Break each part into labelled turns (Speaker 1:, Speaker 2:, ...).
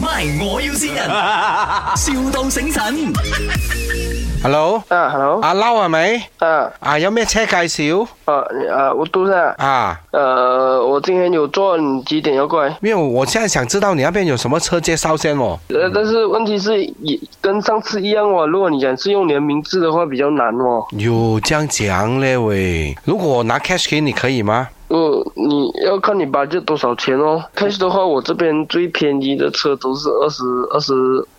Speaker 1: ，My 我要先人，,笑到醒神。
Speaker 2: Hello，
Speaker 3: 啊，hello，
Speaker 2: 阿撈係咪？
Speaker 3: 啊，
Speaker 2: 啊，有咩車介紹？
Speaker 3: 呃，啊，我都在，
Speaker 2: 啊，
Speaker 3: 呃，我今天有做，你几点要过来？
Speaker 2: 因為我現在想知道你那邊有什麼車介绍先哦。
Speaker 3: 呃，但是问题是也跟上次一样哦，如果你想是用你的名字的话，比较难哦。
Speaker 2: 有这样讲嘞喂，如果我拿 cash 给你可以吗？
Speaker 3: 呃，你要看你 budget 多少钱哦。cash 的话，我这边最便宜的车都是二十二十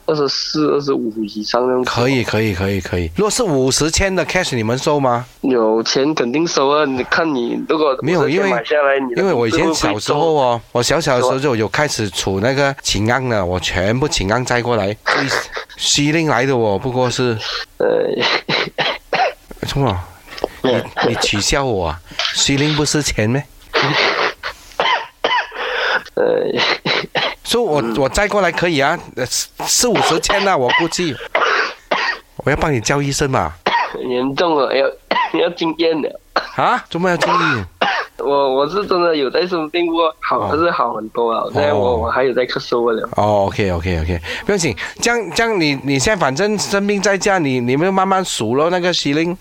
Speaker 3: 二十四、二十五以上这样子。哦
Speaker 2: 可以，可以，可以，可以。如果是五十千的 cash，你们收吗？
Speaker 3: 有钱肯定收啊！你看你如果
Speaker 2: 没有，
Speaker 3: 50
Speaker 2: 因
Speaker 3: 钱
Speaker 2: 为
Speaker 3: 买下来，你的
Speaker 2: 因为我以
Speaker 3: 名字会
Speaker 2: 前
Speaker 3: 不会
Speaker 2: 小时
Speaker 3: 中
Speaker 2: 候哦，我小小的时候就有开始储那个秦安了，我全部秦安摘 过来，西令来的哦，不过是 哎
Speaker 3: 呃，
Speaker 2: 什么？你你取笑我啊？西令不是钱咩？
Speaker 3: 呃，
Speaker 2: 所以我我摘过来可以啊，呃四四五十千呐、啊我估计。我要帮你叫医生嘛？
Speaker 3: 很 严重了，要 要经验了。
Speaker 2: 啊？做么要注意？
Speaker 3: 我我是真的有在生病过，
Speaker 2: 哦
Speaker 3: 好，可是好很多了。现在
Speaker 2: 哦
Speaker 3: 我我还有在咳嗽了。
Speaker 2: 哦，OK，OK，OK，、不用紧。这样，这样你，你现在反正生病在家，你你们慢慢数咯。那个西令，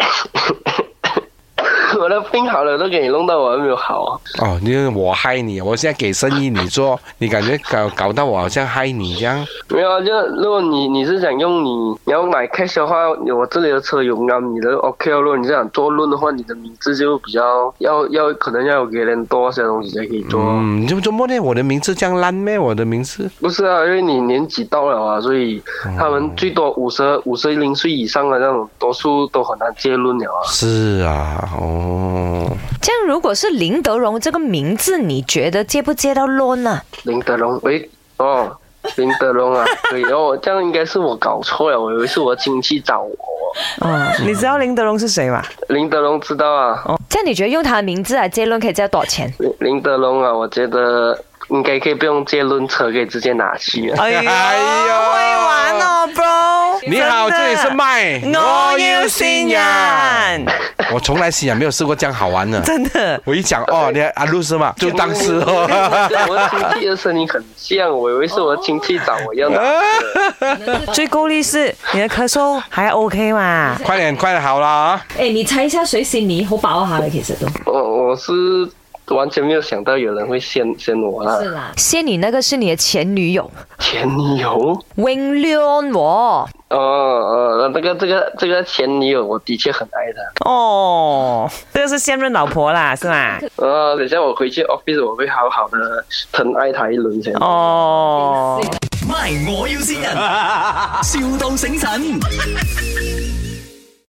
Speaker 3: 我的病好了都给你弄到我还没有好啊。
Speaker 2: 哦，你我嗨你，我现在给生意你做，你感觉搞搞到我好像嗨你这样。
Speaker 3: 没有啊，就如果你你是想用你你要买 cash 的话，我这里的车有啊，你的 OK 哦。如果你是想做论的话，你的名字就比较要要可能要有给人多些东西才可以做。
Speaker 2: 嗯，你就周末呢？我的名字这样烂咩？我的名字
Speaker 3: 不是啊，因为你年纪到了啊，所以他
Speaker 2: 哦
Speaker 3: 们最多五十五十零岁以上的那种，多数都很难结论了啊。
Speaker 2: 是啊，哦，
Speaker 4: 这样如果是林德荣这个名字，你觉得接不接到 loan 啊呢、
Speaker 3: 林德龙，喂，哦，林德 龙啊，可以哦，这样应该是我搞错了，我以为是我亲戚找我。
Speaker 5: 哦，你知道林德龙是谁吗？
Speaker 3: 林德龙知道啊，
Speaker 2: 哦
Speaker 4: 这样你觉得用他的名字来接 loan 可以接到多少钱？
Speaker 3: 林林德龙啊，我觉得应该可以不用借轮车，可以直接拿去啊。
Speaker 5: 哎呀，
Speaker 2: 哎呦
Speaker 5: 会玩哦，bro。
Speaker 2: 你好，
Speaker 5: 真
Speaker 2: 这
Speaker 5: 的
Speaker 2: 里是麦，
Speaker 5: 我要新人，
Speaker 2: 我从来新人没有试过这样好玩的。
Speaker 5: 真的。
Speaker 2: 我一讲哦，你阿露是嘛？就当是
Speaker 3: 我
Speaker 2: 哦。
Speaker 3: 我亲戚的声音很像，我以为是我亲戚找我要拿
Speaker 2: 啊
Speaker 3: 去的。
Speaker 5: 最够力是你的咳嗽还 OK 嘛？
Speaker 2: 快点，快点好啦啊！
Speaker 6: 诶，哎你猜一下水洗泥好飽下嘅，其實都
Speaker 3: 我我是完全没有想到有人会先先我啦，
Speaker 6: 啦。
Speaker 4: 先呃你那个是你的前女友
Speaker 3: 前女友。
Speaker 4: Wing Leon 我。
Speaker 3: 哦哦，那个这个这个前女友，我的确很爱她。
Speaker 5: 哦，这个是现任老婆啦，是吗？
Speaker 3: 呃，等一下我回去 office 我会好好的疼爱他一轮先。
Speaker 5: 哦。
Speaker 1: My 我要先人，,笑到醒神。